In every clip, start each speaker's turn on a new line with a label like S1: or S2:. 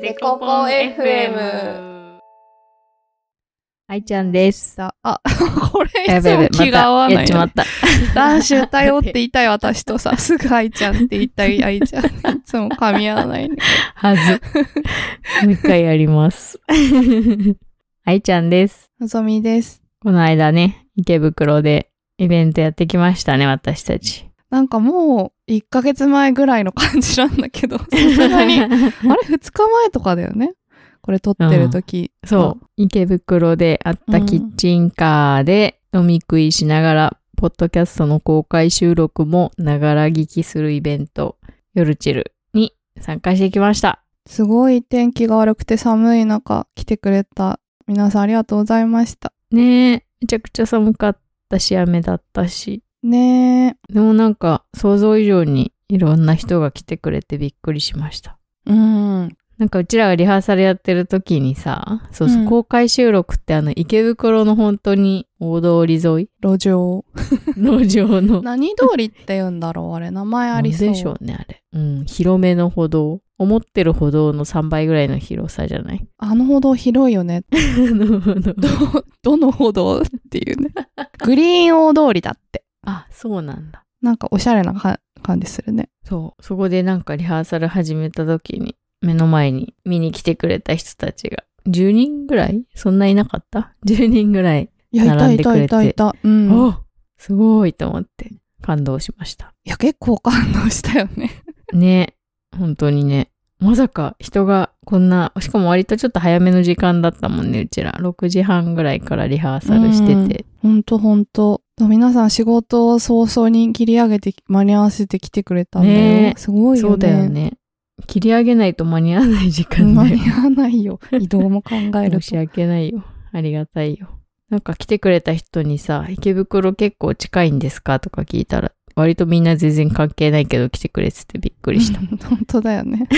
S1: デコポン FM。
S2: 愛ちゃんです。
S1: さあ、 これ
S2: や
S1: いつ
S2: べや
S1: も
S2: べ、
S1: 気
S2: ま
S1: が合わ
S2: た
S1: な
S2: やっ
S1: い、
S2: ちまっ
S1: ね。
S2: た。
S1: 男子歌よって言いたい私とさ、すぐ愛ちゃんって言いたい愛ちゃん。いつも噛み合わないね。
S2: はず。 もう一回やります。 愛ちゃんです。
S1: のぞみです。
S2: この間ね、池袋でイベントやってきましたね、私たち。
S1: なんかもう、1ヶ月前ぐらいの感じなんだけ ど、さすがに。あれ、2日前とかだよね。これ撮ってる時。
S2: そう。池袋であったキッチンカーで飲み食いしながら、ポッドキャストの公開収録もながら聞きするイベント、夜チルに参加してきました。
S1: すごい天気が悪くて寒い中、来てくれた皆さんありがとうございました。
S2: ねえ、めちゃくちゃ寒かったし、雨だったし。
S1: ねえ。
S2: でもなんか、想像以上にいろんな人が来てくれてびっくりしました。
S1: うん。
S2: なんかうちらがリハーサルやってる時にさ、そうそう、
S1: うん
S2: 公開収録ってあの池袋の本当に大通り 沿い
S1: 路上。
S2: 路上の
S1: 何通りって言うんだろうあれ、名前ありそう。
S2: なんでしょうね、あれ。うん、広めの歩道。思ってる歩道の3倍ぐらいの広さじゃない
S1: あの歩道広いよね。
S2: なるほど。
S1: どの歩道っていう ね。グリーン大通りだって。
S2: あ、そうなんだ。
S1: なんかおしゃれなか感じするね。
S2: そう。そこでなんかリハーサル始めた時に、目の前に見に来てくれた人たちが、10人ぐらいそんないなかった ?10 人ぐらい。
S1: いや、いた
S2: 並ん
S1: い
S2: で
S1: た
S2: く
S1: い
S2: れて
S1: たいた。うん。い
S2: おすごいと思って、感動しました。
S1: や、結構感動したよ ね。
S2: ね。本当にね。まさか人がこんな、しかも割とちょっと早めの時間だったもんね、うちら。6時半ぐらいからリハーサルしてて。
S1: うんほんとほんと。皆さん仕事を早々に切り上げて、間に合わせて来てくれたんだよ。
S2: ねえ
S1: すごいよね。
S2: そうだよね。切り上げないと間に合わない時 間
S1: 間
S2: だよ
S1: に。合わない よ。移動も考える
S2: 申
S1: と
S2: し。訳ないよ。ありがたいよ。なんか来てくれた人にさ、池袋結構近いんですかとか聞いたら、割とみんな全然関係ないけど来てくれててびっくりした。
S1: 本当だよね。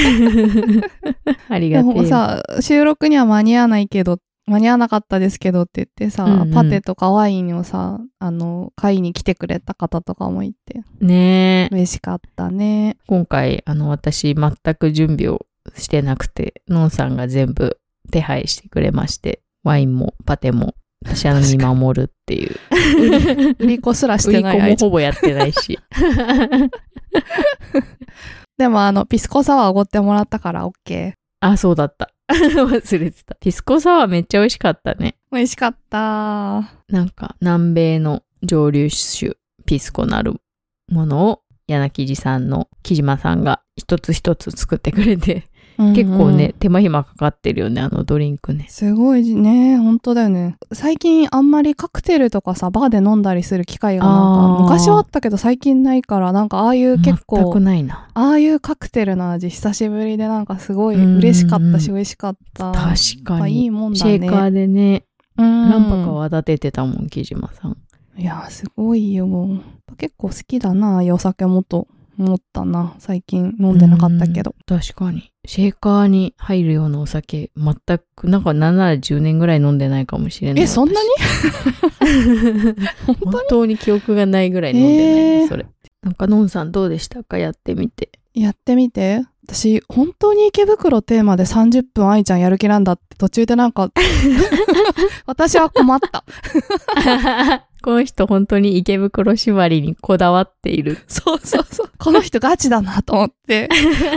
S2: あり
S1: で
S2: がたい
S1: も
S2: よ。
S1: さ、収録には間に合わないけど、間に合わなかったですけどって言ってさ、
S2: うんうん
S1: パテとかワインをさ、あの、買いに来てくれた方とかもいて、
S2: ねえ。
S1: 嬉しかった ね。
S2: 今回、あの、私全く準備をしてなくて、のんさんが全部手配してくれまして、ワインもパテも、私あの見守るっていう。
S1: 売り子す らし
S2: 売
S1: て
S2: り
S1: な
S2: 子
S1: い
S2: も
S1: 愛知
S2: ほぼやってない し。
S1: でもあの、ピスコサワーおごってもらったから OK。
S2: あ、そうだった。忘れてた。ピスコサワーめっちゃ美味しかったね。
S1: 美味しかった。
S2: なんか、南米の蒸留酒、ピスコなるものを、柳木地さんの木島さんが一つ一つ作ってくれて、結構
S1: うんう
S2: ね、
S1: ん。
S2: 手間暇かかってるよね、あのドリンクね。
S1: すごいね。本当だよね。最近あんまりカクテルとかさ、バーで飲んだりする機会がなん
S2: あー
S1: か、昔はあったけど最近ないから、なんかああいう結構、
S2: 全くないな。
S1: ああいうカクテルの味、久しぶりでなんかすごい嬉しかったし、
S2: う
S1: 美味しかった。や
S2: 確
S1: っ
S2: か
S1: ぱい
S2: に。
S1: いもんだ
S2: シ
S1: ね。
S2: ェーカーでね、
S1: うん。
S2: 何パか泡立ててたもん、木島さん。
S1: いや、すごいよ。結構好きだな、ああいうお酒もと思ったな。最近飲んでなかったけど。
S2: 確かに。シェーカーに入るようなお酒、全く、なんか7、10年ぐらい飲んでないかもしれない。
S1: え、そんなに
S2: 本当に記憶がないぐらい飲んでない
S1: え
S2: ね
S1: ー
S2: それ。なんかのんさんどうでしたかやってみて。
S1: やってみて。私、本当に池袋テーマで30分愛ちゃんやる気なんだって途中で なんか、私は困った。
S2: この人本当に池袋縛りにこだわっている。
S1: そうそうそう。この人ガチだなと思って。で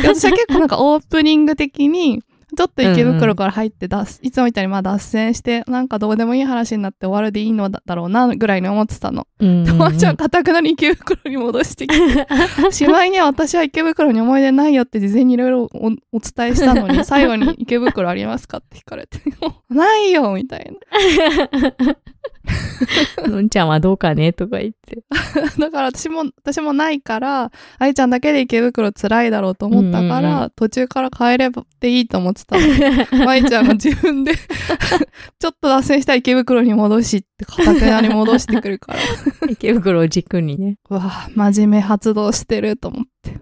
S1: 私は結構なんかオープニング的に、ちょっと池袋から入って脱、いつもみたいにまあ脱線して、なんかどうでもいい話になって終わるでいいのだろうな、ぐらいに思ってたの。
S2: うん
S1: でもちゃんかたくなに池袋に戻してき て、しまいには私は池袋に思い出ないよって事前にいろいろおお伝えしたの に、最後に池袋ありますかって聞かれて、 もうないよみたいな。
S2: のんちゃんはどうかねとか言って。
S1: だから私も、私もないから、愛ちゃんだけで池袋辛いだろうと思ったか
S2: うんうん
S1: ら、途中から帰ればっていいと思って たのに、愛ちゃんが自分で、 ちょっと脱線したら池袋に戻しって、かたくなに戻してくる から、
S2: 池袋を軸にね。
S1: うわぁ、真面目発動してると思って。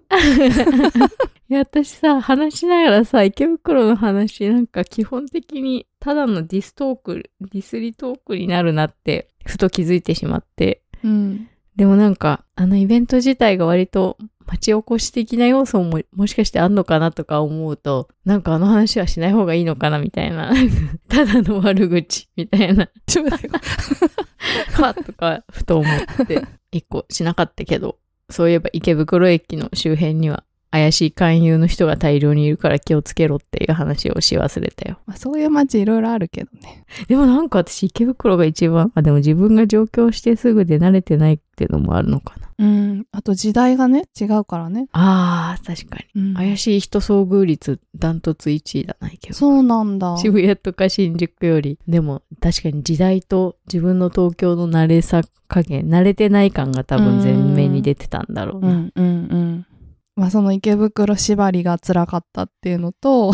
S2: いや、私さ、話しながらさ、池袋の話、なんか基本的にただのディストーク、ディスリトークになるなって、ふと気づいてしまって。
S1: うん。
S2: でもなんか、あのイベント自体が割と町おこし的な要素ももしかしてあんのかなとか思うと、なんかあの話はしない方がいいのかなみたいな。 ただの悪口みたいな。かとか、ふと思って。一個しなかったけど、そういえば池袋駅の周辺には怪しい勧誘の人が大量にいるから気をつけろっていう話をし忘れたよ。
S1: まあ、そういう街いろいろあるけどね。
S2: でもなんか私池袋が一番、あ、でも自分が上京してすぐで慣れてないっていうのもあるのかな。
S1: うん。あと時代がね、違うからね。
S2: あー、確かに。
S1: うん、
S2: 怪しい人遭遇率ダントツ1位だな、池袋。
S1: そうなんだ。
S2: 渋谷とか新宿より。でも確かに時代と自分の東京の慣れさ加減、慣れてない感が多分前面に出てたんだろ
S1: う
S2: うな。
S1: んうんうん。まあその池袋縛りが辛かったっていうのと、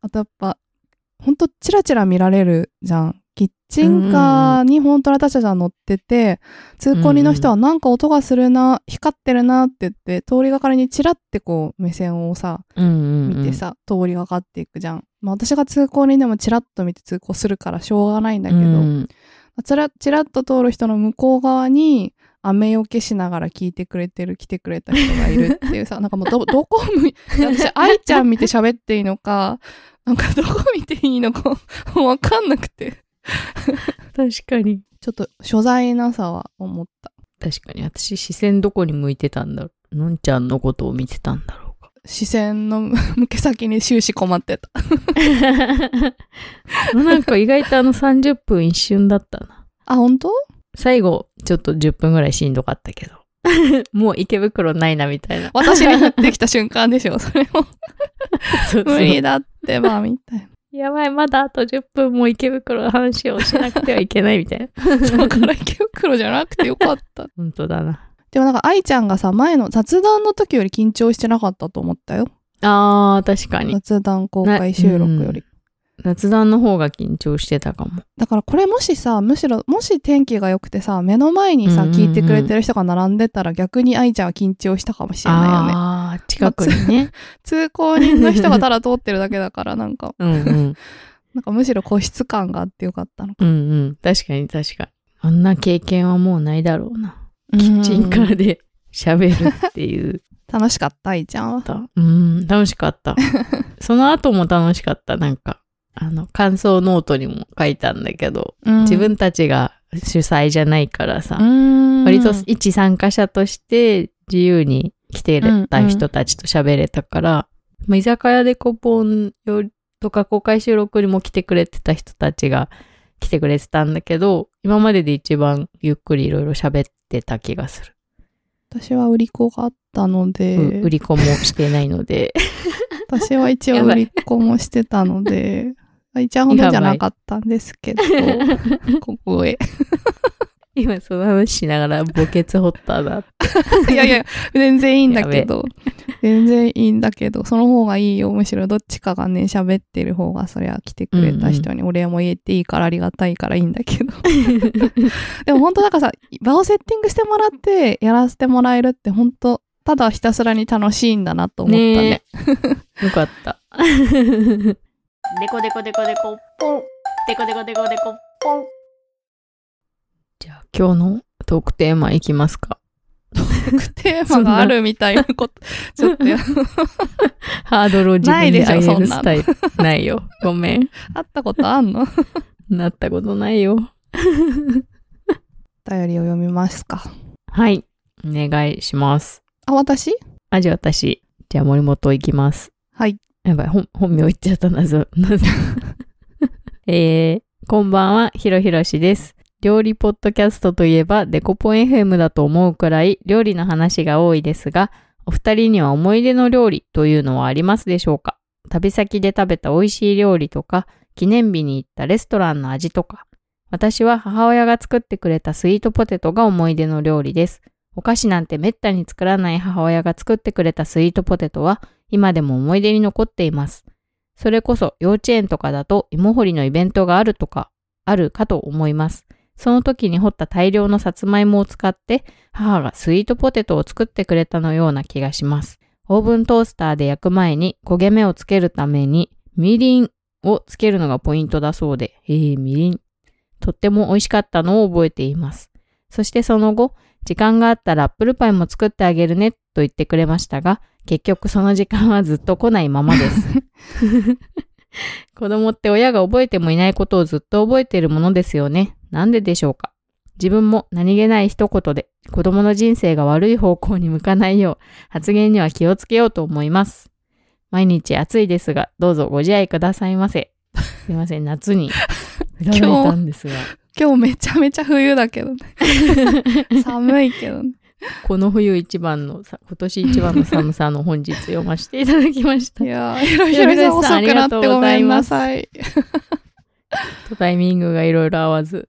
S1: あとやっぱ、ほんとチラチラ見られるじゃん。キッチンカーにほんと私たちは乗ってて、通行人の人はなんか音がするな、光ってるなって言って、通りがかりにチラってこう目線をさ、
S2: うんうんうん
S1: 見てさ、通りがかっていくじゃん。まあ私が通行人でもチラッと見て通行するからしょうがないんだけど、
S2: うん
S1: つら、ちらっと通る人の向こう側に、雨よけしながら聞いてくれてる、来てくれた人がいるっていう さ、なんかもうど、どこ向い、私、愛ちゃん見て喋っていいのか、なんか どこ見ていいのか、もうわかんなくて。
S2: 確かに。
S1: ちょっと、所在なさは思った。
S2: 確かに私視線どこに向いてたんだろう。のんちゃんのことを見てたんだろうか。
S1: 視線の向け先に終始困ってた。
S2: なんか意外とあの30分一瞬だったな。
S1: あ、本当
S2: 最後、ちょっと10分ぐらいしんどかったけど。 もう池袋ないなみたいな。
S1: 私に降ってきた瞬間でし ょ、それも。
S2: そうそう
S1: 無理だってば、み たいな。
S2: やばい、まだあと10分もう池袋の話をしなくてはいけないみたいな。
S1: だから池袋じゃなくてよかった。
S2: 本当だな。
S1: でもなんか愛ちゃんがさ前の雑談の時より緊張してなかったと思ったよ
S2: あー、確かに。
S1: 雑談公開収録より、
S2: 雑談の方が緊張してたかも。
S1: だからこれもしさむしろもし天気が良くてさ目の前にさ、
S2: うんうんうん
S1: 聞いてくれてる人が並んでたら逆に愛ちゃんは緊張したかもしれないよね
S2: あー、近くに ね。
S1: 通行人の人がただ通ってるだけだからなんか
S2: うんうん。
S1: なんかむしろ個室感があってよかったのか
S2: うんうん。確かに確かに。あんな経験はもうないだろうな。
S1: キ
S2: キッチンカーで喋るっていう
S1: 楽しかった愛ちゃんは
S2: こと。うん、楽しかった。その後も楽しかった。なんか、あの、感想ノートにも書いたんだけど、自分たちが主催じゃないからさ、割と一参加者として自由に来てた人たちと喋れたから、まあ居酒屋でコポンよりとか公開収録にも来てくれてた人たちが来てくれてたんだけど、今までで一番ゆっくりいろいろ喋ってた気がする。
S1: 私は売り子があったので、
S2: う売り子もしてないので。
S1: 私は一応
S2: や
S1: 売
S2: ばい
S1: りっ子もしてたの で、愛ちゃんほどじゃなかったんですけど、ここへ。
S2: 今その話しながら墓穴掘ったな。
S1: いやいや、全然いいんだけど、全然いいんだけど、その方がいいよ。むしろどっちかがね、喋ってる方が、そりゃ来てくれた人にお礼も言えていいからありがたいからいいんだけど。 でも本当なんかさ、場をセッティングしてもらって、やらせてもらえるって本当ただひたすらに楽しいんだなと思ったね。
S2: ねえ。よか った。
S3: デコデコデコデコポンデコデコデコデコポン
S2: じゃあ今日のトークテーマいきますか。
S1: テーマがあるみたいな こと、ちょっとや
S2: ハードルを自分で上げるスタ
S1: な
S2: イル。ないよ。ごめん。
S1: 会ったことあんの
S2: なったことないよ。
S1: お便りを読みますか。
S2: はい。お願いします。
S1: あ、私
S2: あ、じゃあ私。じゃあ森本いきます。
S1: はい。
S2: やばい、本本名言っちゃったなぞ。なぞ えー、こんばんは、ひろひろしです。料理ポッドキャストといえば、デコポン FM だと思うくらい料理の話が多いですが、お二人には思い出の料理というのはありますでしょうか旅先で食べた美味しい料理とか、記念日に行ったレストランの味とか。私は母親が作ってくれたスイートポテトが思い出の料理です。お菓子なんてめったに作らない母親が作ってくれたスイートポテトは、今でも思い出に残っています。それこそ幼稚園とかだと芋掘りのイベントがあるとか、あるかと思います。その時に掘った大量のさつまいもを使って、母がスイートポテトを作ってくれたのような気がします。オーブントースターで焼く前に焦げ目をつけるために、みりんをつけるのがポイントだそうで、えー、みりん。とっても美味しかったのを覚えています。そしてその後、時間があったらアップルパイも作ってあげるねと言ってくれましたが、結局その時間はずっと来ないままです。子供って親が覚えてもいないことをずっと覚えているものですよね。なんででしょうか自分も何気ない一言で子供の人生が悪い方向に向かないよう発言には気をつけようと思います。毎日暑いですが、どうぞご自愛くださいませ。すいません、夏に振られたんですが、
S1: 今日めちゃめちゃ冬だけど ね。寒いけどね。
S2: この冬一番のさ、今年一番の寒さの本日読ませていただきました
S1: い。やー、ひろひろさん遅くなってごめんなさい。
S2: タイミングがいろいろ合わず、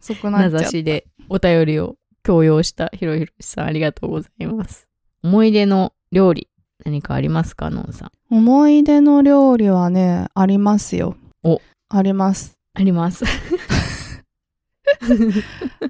S1: 遅くな
S2: 名
S1: っちゃ
S2: 指
S1: った。
S2: しでお便りを強要したひろひろしさん、ありがとうございます。思い出の料理、何かありますか、のんさん。
S1: 思い出の料理はね、ありますよ。
S2: お
S1: あります。
S2: あります。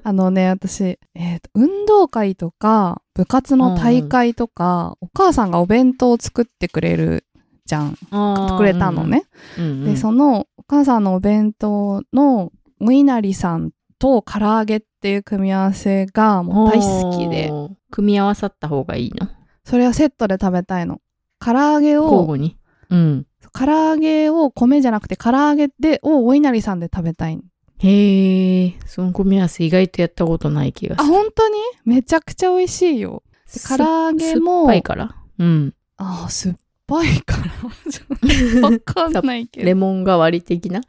S1: あのね、私、えーと、運動会とか、部活の大会とか、お母さんがお弁当を作ってくれるじゃん。く
S2: く
S1: れたの。ね。
S2: うん
S1: で、その、お母さんのお弁当の、お稲荷さんと唐揚げっていう組み合わせがもう大好きで、。
S2: おー組み合わさった方がいいの。
S1: それはセットで食べたいの。唐揚げ
S2: 交
S1: を、
S2: 互に。うん。
S1: 唐揚げを米じゃなくて唐揚げで、をお稲荷さんで食べたいの。
S2: へえ、その組み合わせ意外とやったことない気が
S1: あ、
S2: する。
S1: 本当にめちゃくちゃ美味しいよ。で唐揚げ
S2: 酸っ
S1: も
S2: ぱ、いから。うん。
S1: あー、酸っぱいから。わかんないけ
S2: レ
S1: ど。
S2: モン代わり的な。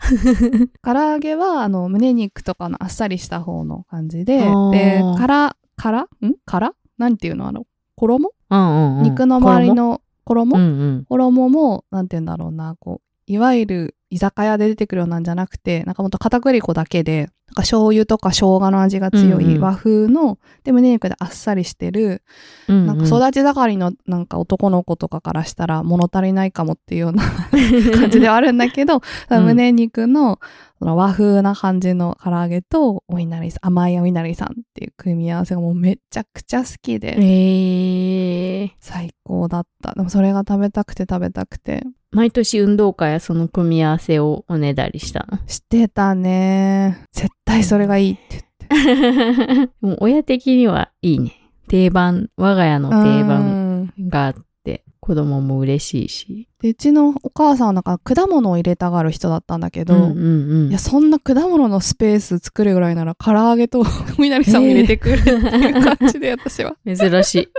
S1: 唐揚げは、あの、胸肉とかのあっさりした方の感じで
S2: あ、ー
S1: で、から、からんからなんていうのあの、衣
S2: うんうんうん。
S1: 肉の周りの衣衣,、
S2: 衣。うんうん。
S1: も、なんていうんだろうな、こう、いわゆる居酒屋で出てくるようなんじゃなくて、なんかもっと片栗粉だけで、なんか醤油とか生姜の味が強
S2: うんう
S1: い
S2: ん
S1: 和風の、で、胸肉であっさりしてる、
S2: うん
S1: なんか育ち盛りのなんか男の子とかからしたら物足りないかもっていうような 感じではあるんだけど、
S2: うん
S1: 胸肉のその和風な感じの唐揚げとお稲荷さん、甘いお稲荷さんっていう組み合わせがもうめちゃくちゃ好きで、
S2: へえ。
S1: 最高だった。でもそれが食べたくて食べたくて。
S2: 毎年運動会はその組み合わせをおねだりしたの。
S1: してたね。絶対それがいいって言って。
S2: もう親的にはいいね。定番、我が家の定
S1: う
S2: 番
S1: ん
S2: があって、子供も嬉しいし。
S1: でうちのお母さんはなんか果物を入れたがる人だったんだけど、
S2: うんうんうん
S1: いや、そんな果物のスペース作るぐらいなら、唐揚げとお稲荷さんも入れてくるっていう感じで、私は。
S2: 珍し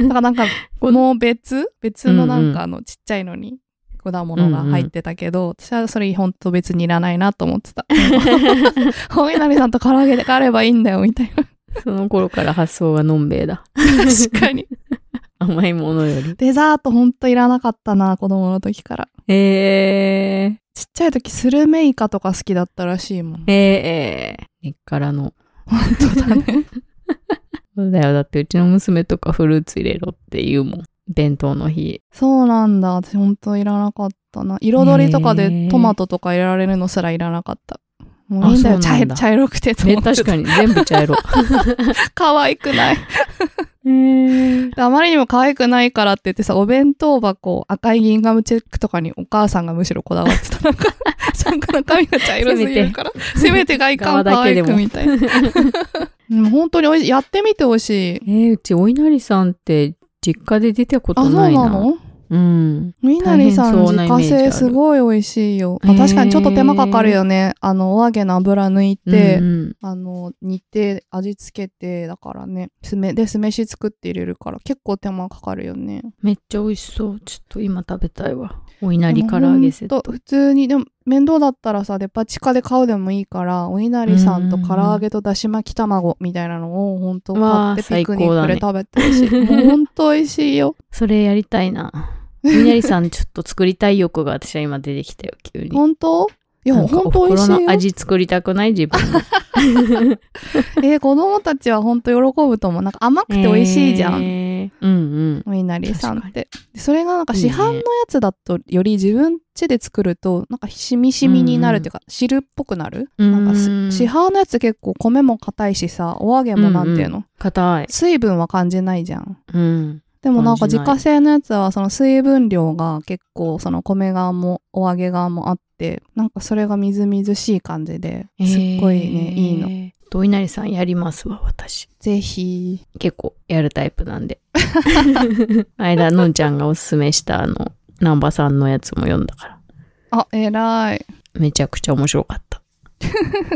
S2: い。
S1: だからなんか、この別別のなんかあの、ちっちゃいのに果物が入ってたけど、私はそれ本当別にいらないなと思ってた。 お稲荷さんと唐揚げがあればいいんだよ、みたいな。
S2: その頃から発想はのんべえだ。
S1: 確か に。
S2: 甘いものより。
S1: デザート本当いらなかったな、子供の時から。
S2: えー、
S1: ちっちゃい時、スルメイカとか好きだったらしいもん。
S2: えー、えー、根っからの。
S1: 本当だね。
S2: そうだよ。だってうちの娘とかフルーツ入れろって言うもん。弁当の日。
S1: そうなんだ。私本当いらなかったな。彩りとか
S2: ね
S1: で
S2: え
S1: トマトとか入れられるのすらいらなかった。もういいんだよ。
S2: あそう
S1: 茶
S2: なん
S1: 色
S2: だ
S1: 茶色くてと
S2: ね、
S1: 思ってた。
S2: 確かに全部茶色。
S1: 可愛くない。
S2: えー、
S1: であまりにも可愛くないからって言ってさ、お弁当箱、赤いギンガムチェックとかにお母さんがむしろこだわってた。なん か、なんか中身が茶色すぎるから。せめて外観可愛くみたい な。でも本当に美味しい。やってみてほしい。
S2: えー、うちお稲荷さんって実家で出たこ
S1: あ、そ
S2: と
S1: う
S2: ないな。
S1: なの
S2: うん。
S1: みなりさん
S2: 大変そうなイ
S1: 自
S2: メー
S1: 家
S2: ジある
S1: 製すごい美味しいよ。
S2: へ
S1: あ
S2: ー
S1: 確かにちょっと手間かかるよね。あの、お揚げの油抜いて、
S2: うんうん
S1: あの、煮て、味付けて、だからね。酢飯で、酢飯作って入れるから、結構手間かかるよね。
S2: めっちゃ美味しそう。ちょっと今食べたいわ。お稲荷唐揚げセット。
S1: ほんと普通に、でも、面倒だったらさ、デパ地下で買うでもいいから、お稲荷さんと
S2: うんうんうん
S1: 唐揚げとだし巻き卵みたいなのを、本当
S2: わ
S1: 買
S2: あ
S1: ってピクニ
S2: 最高
S1: ッ
S2: だ
S1: クで
S2: ね
S1: 食べてほしい。もうほんと美味しい よ。
S2: それやりた いな。お稲荷さんちょっと作りたい欲が私は今出てきたよ、急に。
S1: 本当いや、
S2: なんか
S1: ほんと美味しい
S2: お袋の
S1: よ。
S2: 味作りたくない自分の。
S1: えー子供たちは本当喜ぶと思う。なんか 甘くて美味しいじゃん。
S2: えーうん
S1: お稲荷さんって。でそれがなんか市販のや
S2: いいね
S1: つだとより自分家で作るとなんかしみしみになるっていうか汁っぽくなる。
S2: うん。
S1: なんか
S2: うー
S1: す市販のやつ結構米も硬いしさ、お揚げもなんていうの、
S2: 硬い。
S1: 水分は感じないじゃん。
S2: うん。
S1: でもなんか
S2: 感じ
S1: 自
S2: ない
S1: 家製のやつはその水分量が結構その米側もお揚げ側もあって、なんかそれがみずみずしい感じですっごいね、いいの。
S2: の。と稲荷さんやりますわ、私。
S1: ぜひ。
S2: 結構やるタイプなん で。前田のんちゃんがおすすめしたあの、南波さんのやつも読んだから。
S1: あ、偉い。
S2: めちゃくちゃ面白かった。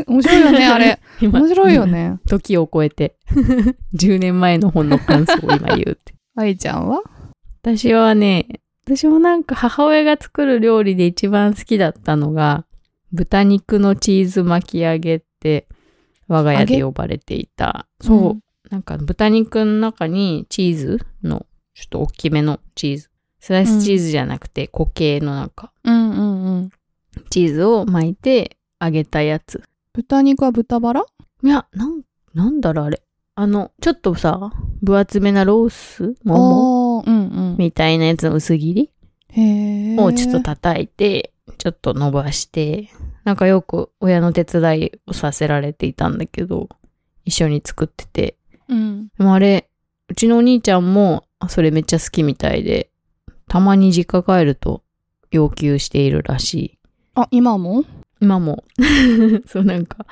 S1: 面白い よね、あれ。
S2: 今
S1: 面白いよ。ね。
S2: 時を超えて、10年前の本の感想を今言うって。
S1: 愛ちゃんは
S2: 私はね、私もなんか母親が作る料理で一番好きだったのが、豚肉のチーズ巻き揚げって、我が家で呼ばれていた。そう。なんか豚肉の中にチーズの、ちょっと大きめのチーズ。スライスチーズじゃなくて、固形のなんか、
S1: うんうんうん。
S2: チーズを巻いて揚げたやつ。
S1: 豚肉は豚バラ
S2: いや、なん、なんだろうあれ。あの、ちょっとさ、分厚めなロースもも
S1: おーうんうん。
S2: みたいなやつの薄切り
S1: へー
S2: をちょっと叩いて、ちょっと伸ばして、なんかよく親の手伝いをさせられていたんだけど、一緒に作ってて。
S1: うん。
S2: でもあれ、うちのお兄ちゃんも、あそれめっちゃ好きみたいで、たまに実家帰ると要求しているらしい。
S1: あ、今も
S2: 今も、 そうなんか、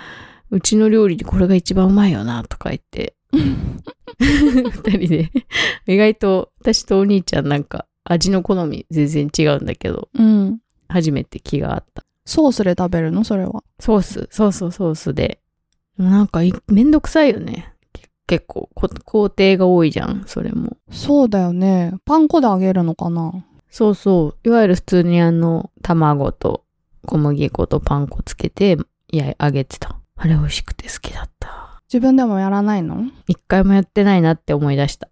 S2: うちの料理でこれが一番うまいよな、とか言って、 二人で。意外と私とお兄ちゃんなんか味の好み全然違うんだけど、
S1: うん。
S2: 初めて気があった。
S1: ソースで食べるのそれは。
S2: ソース、そうそうソースで。でもなんかいめんどくさいよね。け結構こ工程が多いじゃん、それも。
S1: そうだよね。パン粉で揚げるのかな
S2: そうそう。いわゆる普通にあの、卵と小麦粉とパン粉つけて、いや、揚げてた。あれ美味しくて好きだった。
S1: 自分でもやらないの
S2: 一回もやってないなって思い出 した。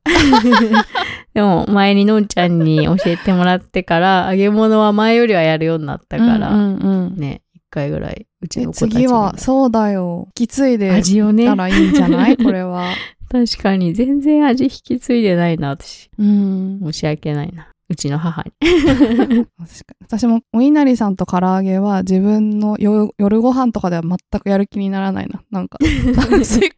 S2: でも前にのんちゃんに教えてもらってから、揚げ物は前よりはやるようになったから、
S1: うんうんうん。
S2: ね、一回ぐらい、うち
S1: え
S2: の子たちに
S1: 次
S2: も
S1: は、そうだよ。きついで。
S2: 味をね
S1: た、らいいんじゃないこれは。
S2: 確かに全然味引き継いでないな、私。
S1: うん。
S2: 申し訳ないな。うちの母に。
S1: 確かに私もお稲荷さんと唐揚げは自分の夜夜ご飯とかでは全くやる気にならないななん か炭水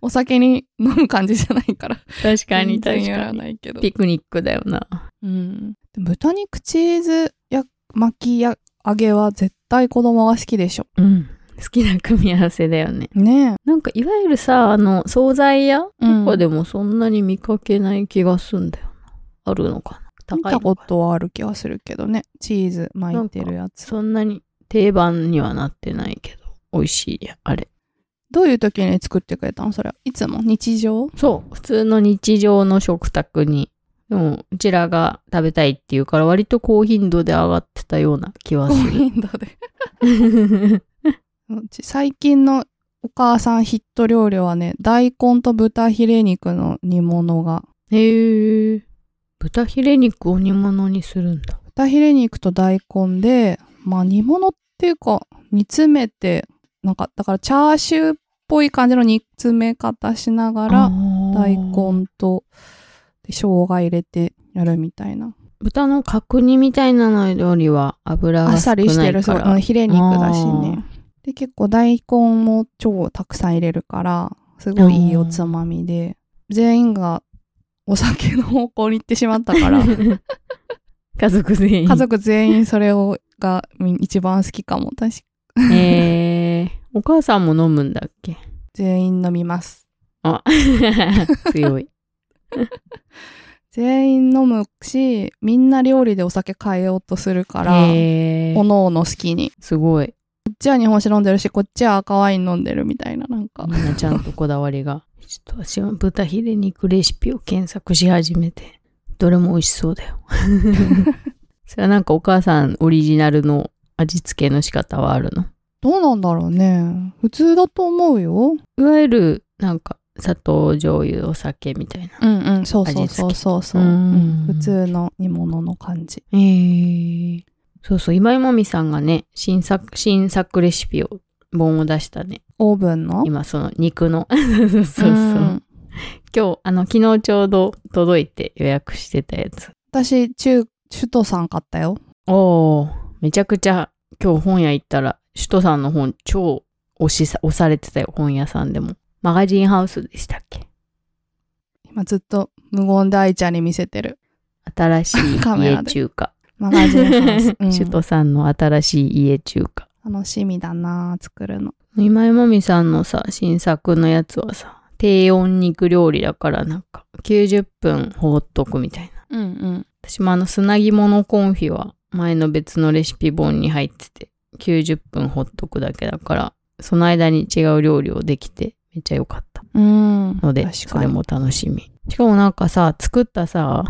S1: お酒に飲む感じじゃないから
S2: 確か
S1: 全然
S2: に、確
S1: や
S2: からに。
S1: ないけど、
S2: ピクニックだよな。
S1: うん、で豚肉チーズや巻きや揚げは絶対子供が好きでしょ
S2: うん。好きな組み合わせだよね。
S1: ね
S2: なんか、いわゆるさ、あの、惣菜屋
S1: え、うん
S2: とかでもそんなに見かけない気がすんだよな。あるのかな高
S1: 見
S2: いのか
S1: た
S2: な
S1: ことはある気がするけどねチーズ巻いてるやつ
S2: そんなに定番にはなってないけど、美味しいや、あれ。
S1: どういう時に作ってくれたのそれはいつも日常
S2: そう、普通の日常の食卓に。でも、うちらが食べたいっていうから、割と高頻度で上がってたような気は
S1: 高
S2: す
S1: 頻度で
S2: る。
S1: うち最近のお母さんヒット料理はね、大根と豚ヒレ肉の煮物が。
S2: へえ。豚ヒレ肉を煮物にするんだ。
S1: 豚ヒレ肉と大根で、まあ煮物っていうか、煮詰めて、なんか、だからチャーシューっぽい感じの煮詰め方しながら、大。根とで生姜入れてやるみたいな。
S2: 豚の角煮みたいなのよりは油
S1: あっ
S2: が少
S1: さ
S2: ないから。
S1: りしてる、そう、うんヒレ肉だし
S2: あー
S1: ね。で、結構大根も超たくさん入れるから、すごいいいおつまみで、全員がお酒の方向に行ってしまった から、
S2: 家族全員。
S1: 家族全員それをがみ一番好きかも。確か
S2: へえ。お母さんも飲むんだっけ
S1: 全員飲みます。
S2: あ、強い。
S1: 全員飲むし、みんな料理でお酒変えようとするから、
S2: へー
S1: おのおの好きに。
S2: すごい。
S1: こっちは日本酒飲んでるし、こっちは赤ワイン飲んでるみたいな、なんか。
S2: みんなちゃんとこだわ りが。ちょっと私は豚ヒレ肉レシピを検索し始めて、どれも美味しそうだよ。 それはなんかお母さんオリジナルの味付けの仕方はあるの
S1: どうなんだろうね。普通だと思うよ。
S2: いわゆる、なんか、砂糖、醤油、お酒みたいな。
S1: うんうん、そうそうそうそうそう。う
S2: 味付け
S1: ん
S2: うん
S1: 普通の煮物の感じ。
S2: えー、そうそう、今井もみさんがね、新作、新作レシピを、本を出したね。
S1: オーブンの
S2: 今その肉 の。そうそうそう。
S1: ん
S2: 今日、あの、昨日ちょうど届いて予約してたやつ。
S1: 私、中、首都さん買ったよ。
S2: おお、めちゃくちゃ今日本屋行ったら、首都さんの本超押しさ、押されてたよ、本屋さんでも。マガジンハウスでしたっけ
S1: 今ずっと無言で愛ちゃんに見せてる。
S2: 新し い
S1: カメラ
S2: 家
S1: で
S2: 中華。
S1: マ
S2: 。
S1: ガジンハウス
S2: 首
S1: うん
S2: 都さんの新しい家中華。
S1: 楽しみだなあ作るの。
S2: 今井まみさんのさ、新作のやつはさ、低温肉料理だからなんか、90分放っとくみたいな。
S1: うんうん。
S2: 私もあの、砂肝のコンフィは、前の別のレシピ本に入ってて、90分放っとくだけだから、その間に違う料理をできて、めっちゃ良かった。
S1: うん。
S2: ので、
S1: 確
S2: そ
S1: か
S2: れ
S1: に。
S2: も楽しみ。しかもなんかさ、作ったさ、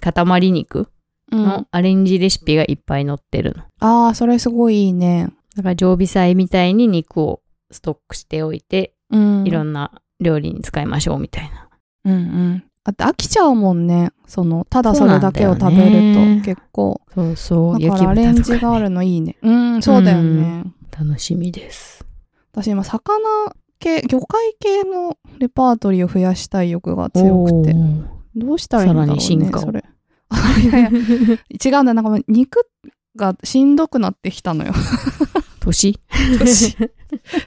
S2: 塊肉
S1: うん、
S2: の
S1: あ
S2: アレンジレシピがいっぱい載ってるの。
S1: あー、それすごいいいね。
S2: だから常備菜みたいに肉をストックしておいて、
S1: うん。
S2: いろ
S1: な。
S2: んな料理に使いましょうみたいな。
S1: うんうん。だって飽きちゃうもんね。その、ただそれだけを食べ
S2: そうなんだよね
S1: ると結構。
S2: そうそう、
S1: だか
S2: 焼き
S1: らアレ
S2: 豚
S1: ン
S2: と
S1: ジが
S2: か、
S1: ある
S2: ね、
S1: のいいね。うん、そうだよ
S2: う
S1: ね。
S2: 楽しみです。
S1: 私今、魚系、魚介系のレパートリーを増やしたい欲が強くて。どうしたらいいんだろうね。
S2: さらに進化を
S1: それ。 あいやいや、違うんだよ。なんかもう肉がしんどくなってきたのよ。
S2: 年
S1: 年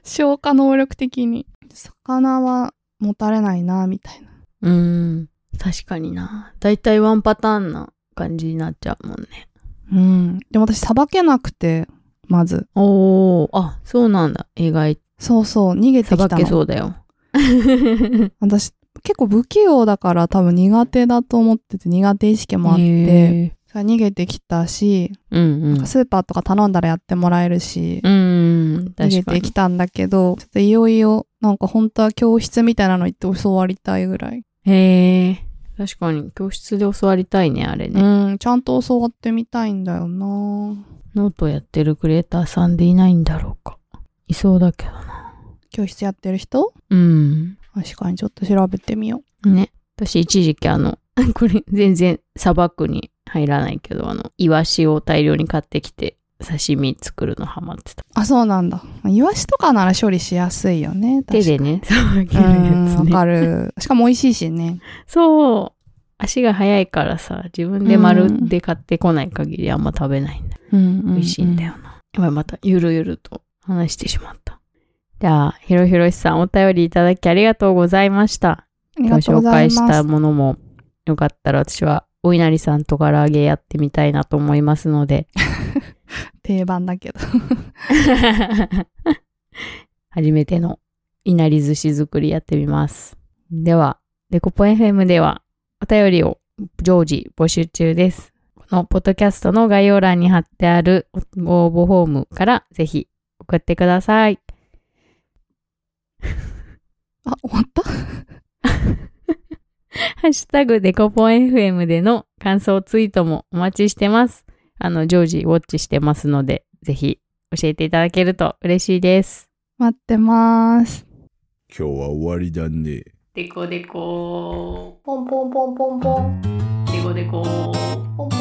S1: 消化能力的に。魚は持たれないな、みたいな。
S2: うん。確かにな。だいたいワンパターンな感じになっちゃうもんね。
S1: うん。でも私、さばけなくて、まず。
S2: おー、あ、そうなんだ。意外と。
S1: そうそう、逃げて
S2: さ
S1: きた
S2: ばけ
S1: の。
S2: そうだよ。
S1: 私、結構不器用だから多分苦手だと思ってて、苦手意識もあって、
S2: へー
S1: それ逃げてきたし、
S2: うんうん。
S1: スーパーとか頼んだらやってもらえるし、
S2: うん、
S1: 逃げ
S2: 確か
S1: て
S2: に。
S1: きたんだけど、ちょっといよいよ、なんか本当は教室みたいなの行って教わりたいぐらい。
S2: へえ。確かに、教室で教わりたいね、あれね。
S1: うん、ちゃんと教わってみたいんだよな
S2: ノートやってるクリエイターさんでいないんだろうか。いそうだけどな。
S1: 教室やってる人
S2: うん。
S1: 確かにちょっと調べてみよ
S2: ね。私、一時期あの、 これ、全然砂漠に入らないけど、あの、イワシを大量に買ってきて、刺身作るのハマってた。
S1: う。あ、そうなんだ。イワシとかなら処理しやすいよね。
S2: 手
S1: 確
S2: でね、さばけ
S1: か
S2: るや
S1: にうん
S2: つ
S1: わ
S2: ね。
S1: かる。しかも美味しいしね。
S2: そう。足が速いからさ、自分で丸で買ってこない限りあんま食べないんだ
S1: うん、
S2: 美味しいんだよ。な。やばい、またゆるゆると話してしまった。じゃあ、ひろひろしさんお便りいただきありがとうございました。
S1: ありがとうご
S2: 紹
S1: ざい
S2: 介し
S1: ま
S2: た
S1: す。
S2: ものも、よかったら私はお稲荷さんと唐揚げやってみたいなと思いますので、
S1: 定番だけど。
S2: 初めてのいなり寿司作りやってみます。では、デコポ FM ではお便りを常時募集中です。このポッドキャストの概要欄に貼ってある応募フォームからぜひ送ってください。
S1: あ、終わった
S2: ハッシュタグデコポン FM での感想ツイートもお待ちしてます。あの、常時ウォッチしてますので、ぜひ教えていただけると嬉しいです。
S1: 待ってます。
S4: 今日は終わりだね。
S3: デコデコポンポンポンポンポン。デコデコポンポン